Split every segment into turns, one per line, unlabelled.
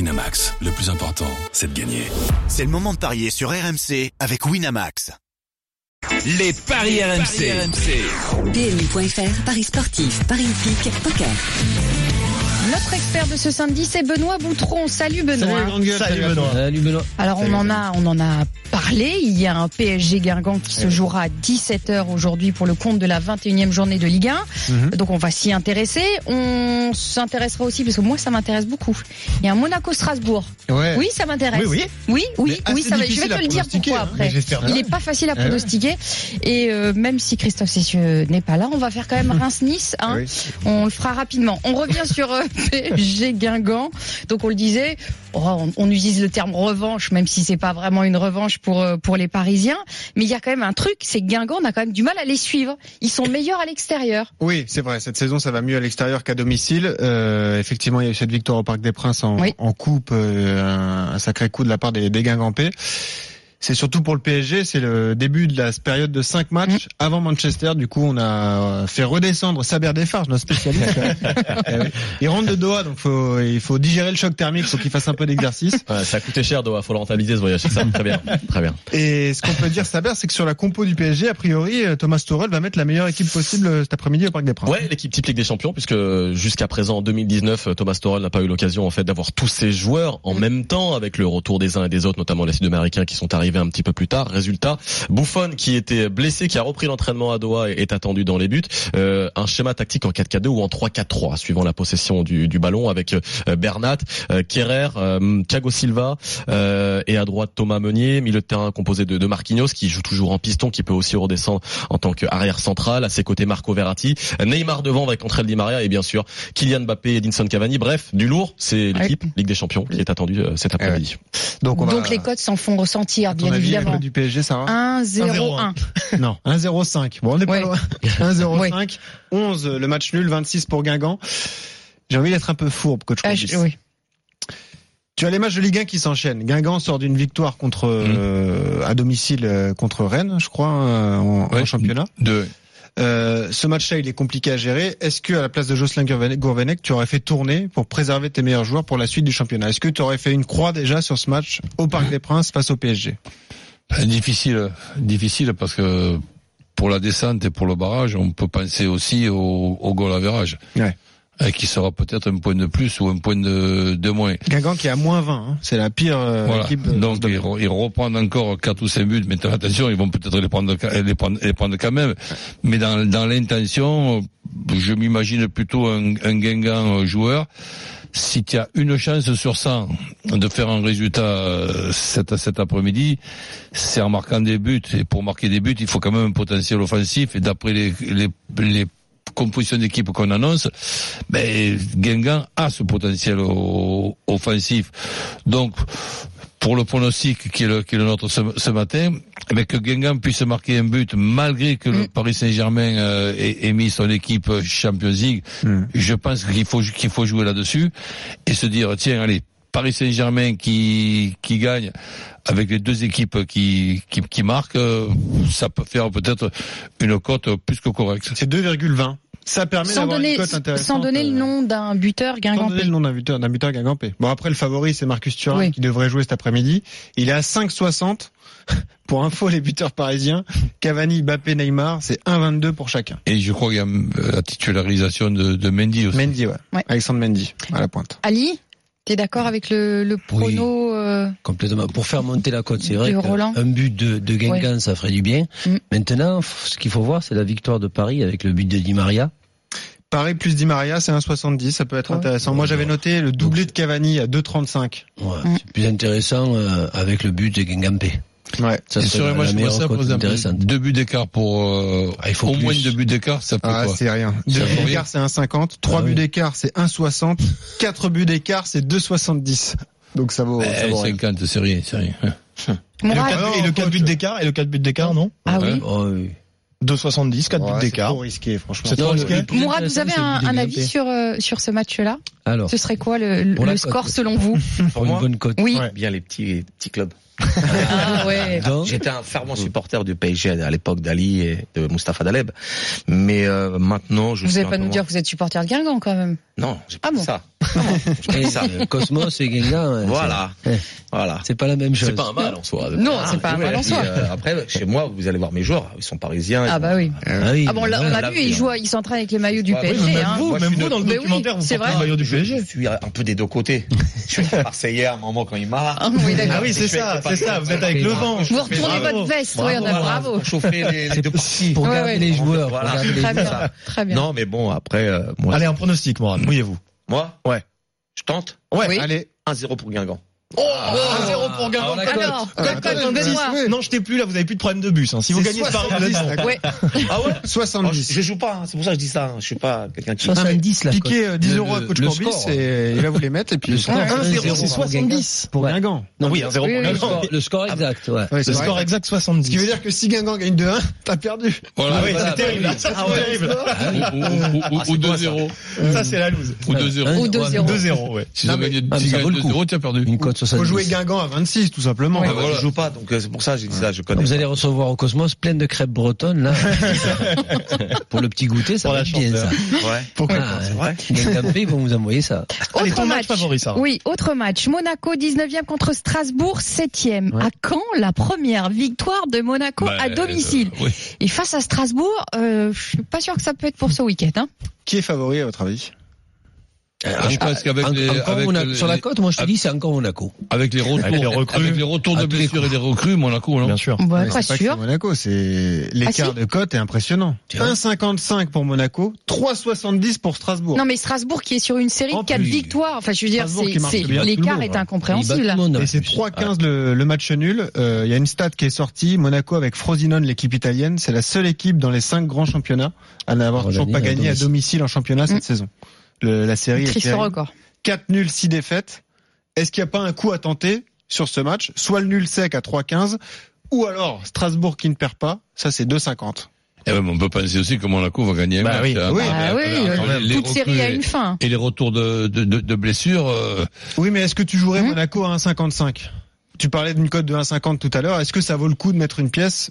Winamax, le plus important, c'est de gagner.
C'est le moment de parier sur RMC avec Winamax.
Les paris RMC.
PMU.fr, Paris sportif, Paris hippique, poker.
Notre expert de ce samedi, c'est Benoît Boutron. Salut Benoît.
Salut Benoît.
Alors on en a, on en a parlé. Il y a un PSG Guingamp
Eh
qui se jouera à 17h aujourd'hui pour le compte de la 21e journée de Ligue 1.
Mhm.
Donc on va s'y intéresser. On s'intéressera aussi parce que moi ça m'intéresse beaucoup. Il y a un Monaco Strasbourg.
Ouais.
Oui, ça m'intéresse.
Eh. Oui, oui.
oui, oui,
Mais
oui,
assez
ça va. Je vais
difficile
te
à
le dire
pronostiquer,
pourquoi
hein,
après.
mais j'espère Eh
Il
bien.
n'est pas facile à
ouais.
pronostiquer. Et euh, même si Christophe Cessieux n'est pas là, on va faire quand même Reims-Nice. Hein. On le fera rapidement. On revient sur euh, PSG Guingamp. Donc on le disait, oh, on, on utilise le terme revanche, même si c'est pas vraiment une revanche pour euh, pour les Parisiens. Mais il y a quand même un truc, c'est que Guingamp, on a quand même du mal à les suivre. Ils sont meilleurs à l'extérieur.
Oui, c'est vrai. Cette saison, ça va mieux à l'extérieur qu'à domicile. Euh, effectivement, il y a eu cette victoire au Parc des Princes en,
Oui.
en coupe, euh, un, un sacré coup de la part des, des Guingampais. C'est surtout pour le PSG, c'est le début de la période de cinq matchs avant Manchester. Du coup, on a euh, fait redescendre Saber Defarge, notre spécialiste. Eh oui. il rentre de Doha, donc faut, il faut digérer le choc thermique, faut qu'il fasse un peu d'exercice.
Ouais, ça a coûté cher, Doha. Faut le rentabiliser ce voyage. c'est Ça, très bien, très bien.
Et ce qu'on peut dire, Saber, c'est que sur la compo du PSG, a priori, euh, Thomas Tuchel va mettre la meilleure équipe possible euh, cet après-midi au Parc des Princes.
Ouais, l'équipe type Ligue des Champions, puisque jusqu'à présent, en 2019, Thomas Torel n'a pas eu l'occasion en fait d'avoir tous ses joueurs en même temps, avec le retour des uns et des autres, notamment les Sud-Américains qui sont arrivés un petit peu plus tard. Résultat, Buffon qui était blessé, qui a repris l'entraînement à Doha, est attendu dans les buts. Euh, un schéma tactique en 4-4-2 ou en 3-4-3, suivant la possession du, du ballon, avec euh, Bernat, euh, Kerrer, euh, Thiago Silva euh, et à droite Thomas Meunier, milieu de terrain composé de, de Marquinhos qui joue toujours en piston, qui peut aussi redescendre en tant qu'arrière central. À ses côtés Marco Verratti, Neymar devant avec Contrel Di Maria et bien sûr Kylian Mbappé et Edinson Cavani. Bref, du lourd, c'est l'équipe Ligue des Champions qui est attendue euh,
Eh
cet après-midi.
Donc, on
Donc,
va-
les codes s'en font ressentir,
À ton
bien
avis, les
évidemment.
codes du PSG, Sarah
1-0-1.
Non, 1-0-5. Bon, on est
Ouais.
pas loin. 1-0-5,
Ouais.
11 euh, le match nul, 26 pour Guingamp. J'ai envie d'être un peu fourbe, coach
Ah,
Courbis.
je- oui.
Tu as les matchs de Ligue 1 qui s'enchaînent. Guingamp sort d'une victoire contre
Mm.
euh, à domicile euh, contre Rennes, je crois, euh, en, en
Ouais.
championnat.
De
Euh, ce match-là, il est compliqué à gérer. Est-ce que à la place de Jocelyn Gourven- Gourvenec, tu aurais fait tourner pour préserver tes meilleurs joueurs pour la suite du championnat Est-ce que tu aurais fait une croix déjà sur ce match au Parc des Princes face au PSG
Ben, Difficile, difficile parce que pour la descente et pour le barrage, on peut penser aussi au, au goal average,
Ouais.
euh, qui sera peut-être un point de plus ou un point de, de moins.
Guingamp qui est à moins 20, hein. c'est la pire euh,
Voilà.
équipe. de-
Donc
de-
ils, re- ils reprennent encore quatre ou cinq buts. Maintenant attention, ils vont peut-être les prendre, ca- les prendre, les prendre quand même. Mais dans, dans l'intention, euh, je m'imagine plutôt un, un Guingamp euh, joueur. Si tu as une chance sur 100 de faire un résultat euh, cet, cet après-midi, c'est en marquant des buts. Et pour marquer des buts, il faut quand même un potentiel offensif. Et d'après les, les, les compositions d'équipe qu'on annonce, ben, Guingamp a ce potentiel o- offensif. Donc, pour le pronostic qui est le, qui est le nôtre ce, ce matin, eh bien, que Guingamp puisse marquer un but malgré que le Paris Saint-Germain euh, ait, ait mis son équipe Champions League, je pense qu'il faut qu'il faut jouer là-dessus et se dire tiens allez Paris Saint-Germain qui qui gagne avec les deux équipes qui qui, qui marquent, euh, ça peut faire peut-être une cote plus que correcte.
C'est 2,20. Ça permet
Sans
Ah, d'avoir une
donner,
cote intéressante.
sans donner le
euh,
nom d'un buteur
Sans
Guingamp.
donner le nom d'un buteur, d'un buteur Guingampé. Bon, après, le favori, c'est Marcus Thuram
Oui.
qui devrait jouer cet après-midi. Il est à 5,60. Pour info, les buteurs parisiens, Cavani, Mbappé, Neymar, c'est 1,22 pour chacun.
Et je crois qu'il y a euh, la titularisation de, de Mendy aussi.
Mendy, ouais.
Ouais.
Alexandre Mendy, à la pointe.
Ali, t'es d'accord avec le, le prono euh,
Complètement. Pour faire monter la cote, c'est vrai
De
que
Roland.
un but de, de Guingamp, ça ferait du bien.
Mm.
Maintenant, f- ce qu'il faut voir, c'est la victoire de Paris avec le but de Di Maria.
Paris plus Di Maria, c'est 1,70. Ça peut être
Ouais.
intéressant. Moi, j'avais noté le doublé de Cavani à 2,35.
Ouais,
Mm.
C'est plus intéressant euh, avec le but de Guingampé.
Ouais.
Ça
Et
serait
sur
la
moi, je
meilleure
vois ça,
cote
par exemple,
intéressante.
deux buts d'écart pour, euh,
Ah, il faut
au
plus.
moins deux buts d'écart, ça peut
Ah,
quoi
c'est rien. Deux
Ça fait
buts
rien.
d'écart, c'est 1,50. Trois
Ah
buts
oui.
d'écart, c'est 1,60. Quatre buts d'écart, c'est 2,70. Donc, ça vaut, ça
Eh,
vaut rien.
50, c'est rien, c'est rien.
Ah
Mourad
et le 4 buts
d'écart, et le 4 buts d'écart, non
Ah oui.
Oh, oui.
2,70, 4 buts
Ouais,
d'écart.
C'est trop risqué, franchement.
Non, le- le plus
Mourad, vous
intéressant,
avez
c'est le
un,
but de
un
Guingampé.
avis sur, euh, sur ce match-là
Alors,
Ce serait quoi le, le
Pour la cote.
score selon vous
pour une bonne cote.
Oui.
Hein
Bien les petits, petits clubs.
Ah ouais.
J'étais un
Mmh.
fervent supporter du PSG à l'époque d'Ali et de Mustapha Daleb. Mais euh, maintenant, je
Vous
suis
n'allez pas
un peu
nous dire que vous êtes supporter de Guingamp quand même.
moins- Non, j'ai pas
Ah
dit
bon
ça.
Et Cosmos et eh, Guingamp. ouais,
Voilà. Voilà.
c'est- C'est pas la même chose.
C'est pas un mal en soi.
Non, c'est pas un
oui,
mal en
et puis,
soi.
euh, après, chez moi, vous allez voir mes joueurs. Ils sont parisiens. ils
Ah
sont-
bah oui.
Ah oui.
Ah bon, là, on
là,
a vu,
oui,
il
hein.
joue, il s'entraîne avec les maillots du
Ouais, mais
PSG.
même
hein.
vous, même
vous, dans le Mais oui, documentaire, vous c'est portez vrai. le maillot
du
Je
PSG.
suis un peu des deux côtés. je suis marseillais à un moment quand il marque.
Ah oui, d'accord.
Ah oui, c'est ça, c'est ça, vous êtes avec le vent.
Vous retournez votre veste, oui, on a bravo.
Pour chauffer les, les deux parties.
Pour
Ouais,
garder
ouais.
les joueurs.
Voilà.
pour garder les
Très
joueurs.
bien, très bien.
Non, mais bon, après, euh, moi,
Allez, un pronostic, Moran. Mouillez-vous.
moi,
Ouais.
je tente
Ouais,
Oui.
allez.
1-0 pour Guingamp.
Oh, 0 pour Guingamp.
la
Alors,
Ah,
comme
attends,
ton baignoire.
oui. Non, je t'ai plus là, vous avez plus de problème de bus. hein. Si vous C'est gagnez ce pari, vous êtes 70, bon. d'accord.
Ouais.
Ah ouais Oh, je,
70.
je joue pas, hein, c'est pour ça que je dis ça. hein. Je suis pas quelqu'un qui.
70 là. quoi.
Piquez euh, 10
Le-
euros à
le-
Coach
le
Corbis
score.
et il va vous les mettre. Et puis
Le score,
Ouais,
un
1-0,
zéro
c'est
pour
70 pour
Ouais.
Guingamp.
Non,
oui,
mais-
un zéro
oui,
pour
oui, le
Guingamp.
score- Le score exact, ouais.
Ouais, c'est
Le
vrai.
score exact 70.
Ce qui veut dire que si Guingamp gagne 2-1, t'as perdu.
Voilà.
bah oui, c'est terrible. Ça,
Ah ouais.
c'est terrible.
Ou, ou- ou-
Ah,
ou
c'est quoi,
2-0.
Ça, c'est la loose.
Ou 2-0.
Ou 2-0.
2-0, ouais.
Si on
Non, mais
gagne
ah, mais ça vaut le coup.
2-0, tu as perdu.
Une cote
Faut jouer
70.
Guingamp à 26, tout simplement.
Ah,
Ouais,
bah,
voilà.
Je joue pas, donc euh, c'est pour ça que j'ai dit ça. Je connais.
Vous allez recevoir au Cosmos pleine de crêpes bretonnes là. Pour le petit goûter, ça
Pour la
va être
chance,
bien ça.
là.
Ouais.
Pourquoi
Ah,
C'est vrai.
Guingamp, ils vont vous envoyer ça.
Allez,
Autre
ton match
match.
favori, Sarah.
Oui, autre match. Monaco 19e contre Strasbourg 7e.
Ouais.
À Caen, la première victoire de Monaco
Bah,
à domicile.
euh, oui.
Et face à Strasbourg, euh, je suis pas sûr que ça peut être pour ce week-end. Hein.
Qui est favori, à votre avis
Ah, je pense qu'avec
En-
les,
encore
avec
Monaco.
les-
Sur la côte, moi je te
Ah.
dis, c'est encore Monaco.
avec les retours,
Avec les recrues.
avec les retours de
À tous les
blessures et des recrues, Monaco, non?
sûr.
Bah, pas
c'est pas que
sûr.
c'est Monaco, c'est l'écart
Ah, si
de cote est impressionnant.
Tu vois.
1,55 pour Monaco, 3,70 pour Strasbourg.
Non, mais Strasbourg qui est sur une série
En
de 4
plus.
victoires. Enfin, je veux dire,
Strasbourg
c'est-
qui marque
c'est-
bien hein. tout le
l'écart
monde,
est
ouais.
Il bat tout
incompréhensible.
le monde.
Et c'est 3-15 le, le match nul. Euh, Il y a une stat qui est sortie. Monaco avec Frosinone, l'équipe italienne, c'est la seule équipe dans les cinq grands championnats à n'avoir
Alors,
toujours
la
pas
ligne à
gagné à
domicile.
Oh, domicile en championnat cette saison. Le- la série est
Mm. Triste
terrible.
record.
4 nuls, 6 défaites. Est-ce qu'il n'y a pas un coup à tenter sur ce match Soit le nul sec à 3-15, ou alors Strasbourg qui ne perd pas, ça c'est 2,50.
Eh ouais, mais on peut penser aussi que Monaco va gagner un
Bah
match,
oui.
hein.
Oui.
Ah oui,
Avec- avec
euh,
les
toute série
recrues
a
et-
une fin.
Et les retours de, de, de, de blessures, euh,
Oui, mais est-ce que tu jouerais
Hmm.
Monaco à 1,55 Tu parlais d'une cote de 1,50 tout à l'heure. Est-ce que ça vaut le coup de mettre une pièce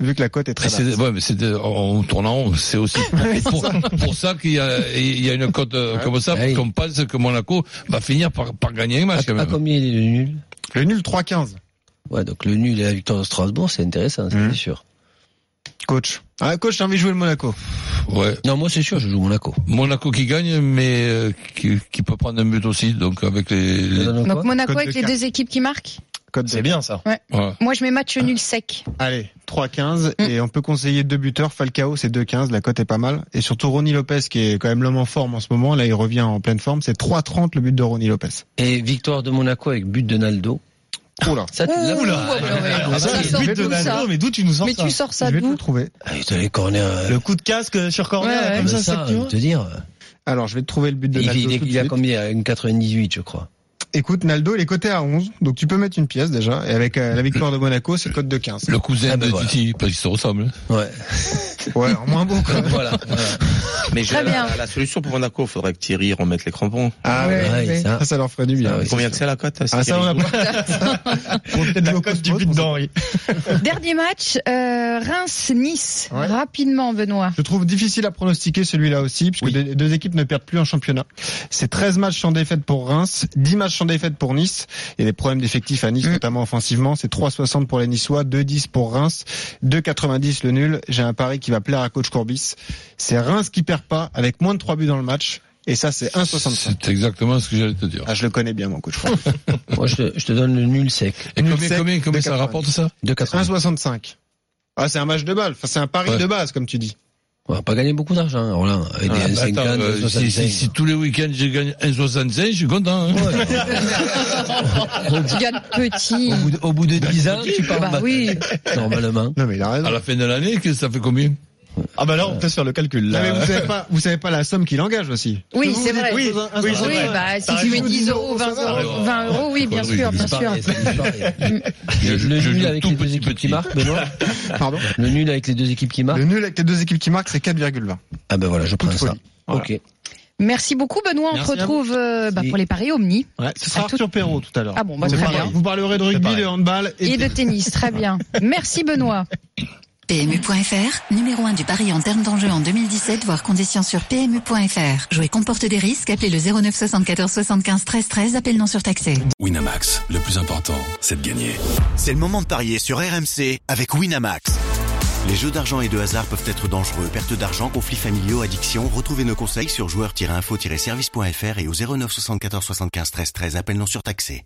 vu que la cote est très basse
c'est, ouais, mais c'est, de- on tourne en rond, c'est aussi pour, pour ça qu'il y a, il y a une cote euh, comme ça,
Ouais.
parce qu'on pense que Monaco va finir par, par gagner un
À,
match, quand
à
même.
combien il est le nul
Le nul 3,15.
Ouais, donc le nul et la victoire de Strasbourg, c'est intéressant, c'est
Mmh.
Mhm.
sûr.
Coach. Ah, coach, j'ai envie de jouer le Monaco.
Ouais.
Non, moi c'est sûr, je joue Monaco.
Monaco qui gagne, mais euh, qui, qui peut prendre un but aussi, donc avec les,
Je
les-
donne quoi
Donc Monaco
Côte
avec
de
les
quatre.
deux équipes qui marquent.
Cote de-
bien ça.
ouais.
Moi, je mets match nul sec.
Allez, 3,15.
Mm.
Et on peut conseiller deux buteurs. Falcao, c'est 2,15. La cote est pas mal. Et surtout Ronny Lopez, qui est quand même l'homme en forme en ce moment. Là, il revient en pleine forme. C'est 3,30 le but de Ronny Lopez.
Et victoire de Monaco avec but de Naldo.
Oula.
Ça, tu
Ouh,
l'as-
ouais, ouais, ouais.
Ah,
Ça
bah,
sort
but
d'où,
de Naldo.
ça
mais d'où tu nous sors
Mais
ça
tu sors
Je
ça
vais te le
d'où
trouver.
Ah, putain, les corners, euh,
Le coup de casque sur corner,
Ouais, ouais.
comme
comme
ça,
Ah, bah, ça,
ça,
je
tu
veux
vois.
te dire.
Alors, je vais te trouver le but de
Il,
Naldo.
il,
tout de
il a
suite.
combien Une 98, je crois.
Écoute, Naldo, il est coté à 11. Donc, tu peux mettre une pièce déjà. Et avec euh, la victoire de Monaco, c'est cote de 15.
le cousin
Ah, ben
de
voilà.
Titi, parce qu'ils se ressemblent.
Ouais.
Ouais, en moins beau, quoi.
Donc, voilà. voilà.
Mais j'ai
Très
la,
bien.
la solution pour Monaco. Faudrait que Thierry remette les crampons.
Ah,
Ouais,
ouais.
Ouais,
ouais.
ça.
Ça, ça leur ferait du bien.
Ah, oui.
Combien que c'est la cote
Ah, ça, on a
Thierry
pas. Faut peut-être jouer au
cote
Cosmos, on sait
d'Henri.
Dernier match, euh, Reims-Nice.
Ouais.
Rapidement, Benoît.
Je trouve difficile à pronostiquer celui-là aussi, puisque deux, deux équipes ne perdent plus en championnat. C'est 13 matchs sans défaite pour Reims, 10 matchs sans défaite pour Nice. Il y a des problèmes d'effectifs à Nice, notamment offensivement. C'est 3,60 pour les Niçois, 2,10 pour Reims, 2,90 le nul. J'ai un pari qui va plaire à coach Courbis. C'est Reims qui perd pas, avec moins de 3 buts dans le match. Et ça, c'est 1,65.
C'est exactement ce que j'allais te dire.
Ah, je le connais bien, mon coach.
Moi, je te, je te donne le nul sec.
Et
nul
combien,
sec,
combien, combien
2,90.
ça rapporte ça?
De 80.
1,65. Ah, c'est un match de balle. Enfin, c'est un pari
Ouais.
de base, comme tu dis.
On va pas gagner beaucoup d'argent, hein, Roland. Avec
Ah,
des
bah,
50,
attends, euh, si,
65.
si- si tous les week-ends je gagne 1,65, je suis content. Hein.
Tu gagnes petit.
Au bout de, au bout de 10 ans, tu pars en
Bah
bataille,
oui.
normalement.
Non, mais il a raison.
Ben, À la fin de l'année, que ça fait combien
Ah bah là, on peut se faire le calcul.
Non,
Là.
mais vous savez pas, vous savez pas la somme qu'il engage aussi.
Oui,
Vous vous
c'est
dites,
vrai.
oui, oui,
Oui,
c'est vrai.
bah, si
T'as
tu mets
raison,
10 euros, 20
ça va.
euros, 20 euros, oui, bien
Connerie,
sûr,
je
bien
C'est
sûr.
pareil, c'est pareil.
Je- je-
Le
je
nul
joue
avec
tout
les
petit,
deux
petit.
équipes qui marquent, Benoît.
Pardon.
Le nul avec les deux équipes qui marquent.
Le nul avec les deux équipes qui marquent, c'est 4,20.
Ah ben voilà, je prends
Toute
ça.
folie. Voilà.
Ok.
Merci beaucoup, Benoît. On
Merci
te
à vous.
retrouve euh, bah,
Si.
pour les paris Omni
Ouais, ce
À
sera
tout-
Arthur Perrault tout à l'heure.
Ah bon, bah,
C'est
très
pareil.
bien.
Vous parlerez de rugby,
pareil.
de handball et,
et de tennis. Très bien. Merci, Benoît.
PMU.fr, numéro 1 du pari en termes d'enjeu en 2017, voire conditions sur PMU.fr. Jouer comporte des risques, appelez le 09 74 75 13 13, appel non surtaxé.
Winamax, le plus important, c'est de gagner.
C'est le moment de parier sur RMC avec Winamax. Les jeux d'argent et de hasard peuvent être dangereux. Perte d'argent, conflits familiaux, addiction. Retrouvez nos conseils sur joueurs-info-service.fr et au 09 74 75 13 13. Appel non surtaxé.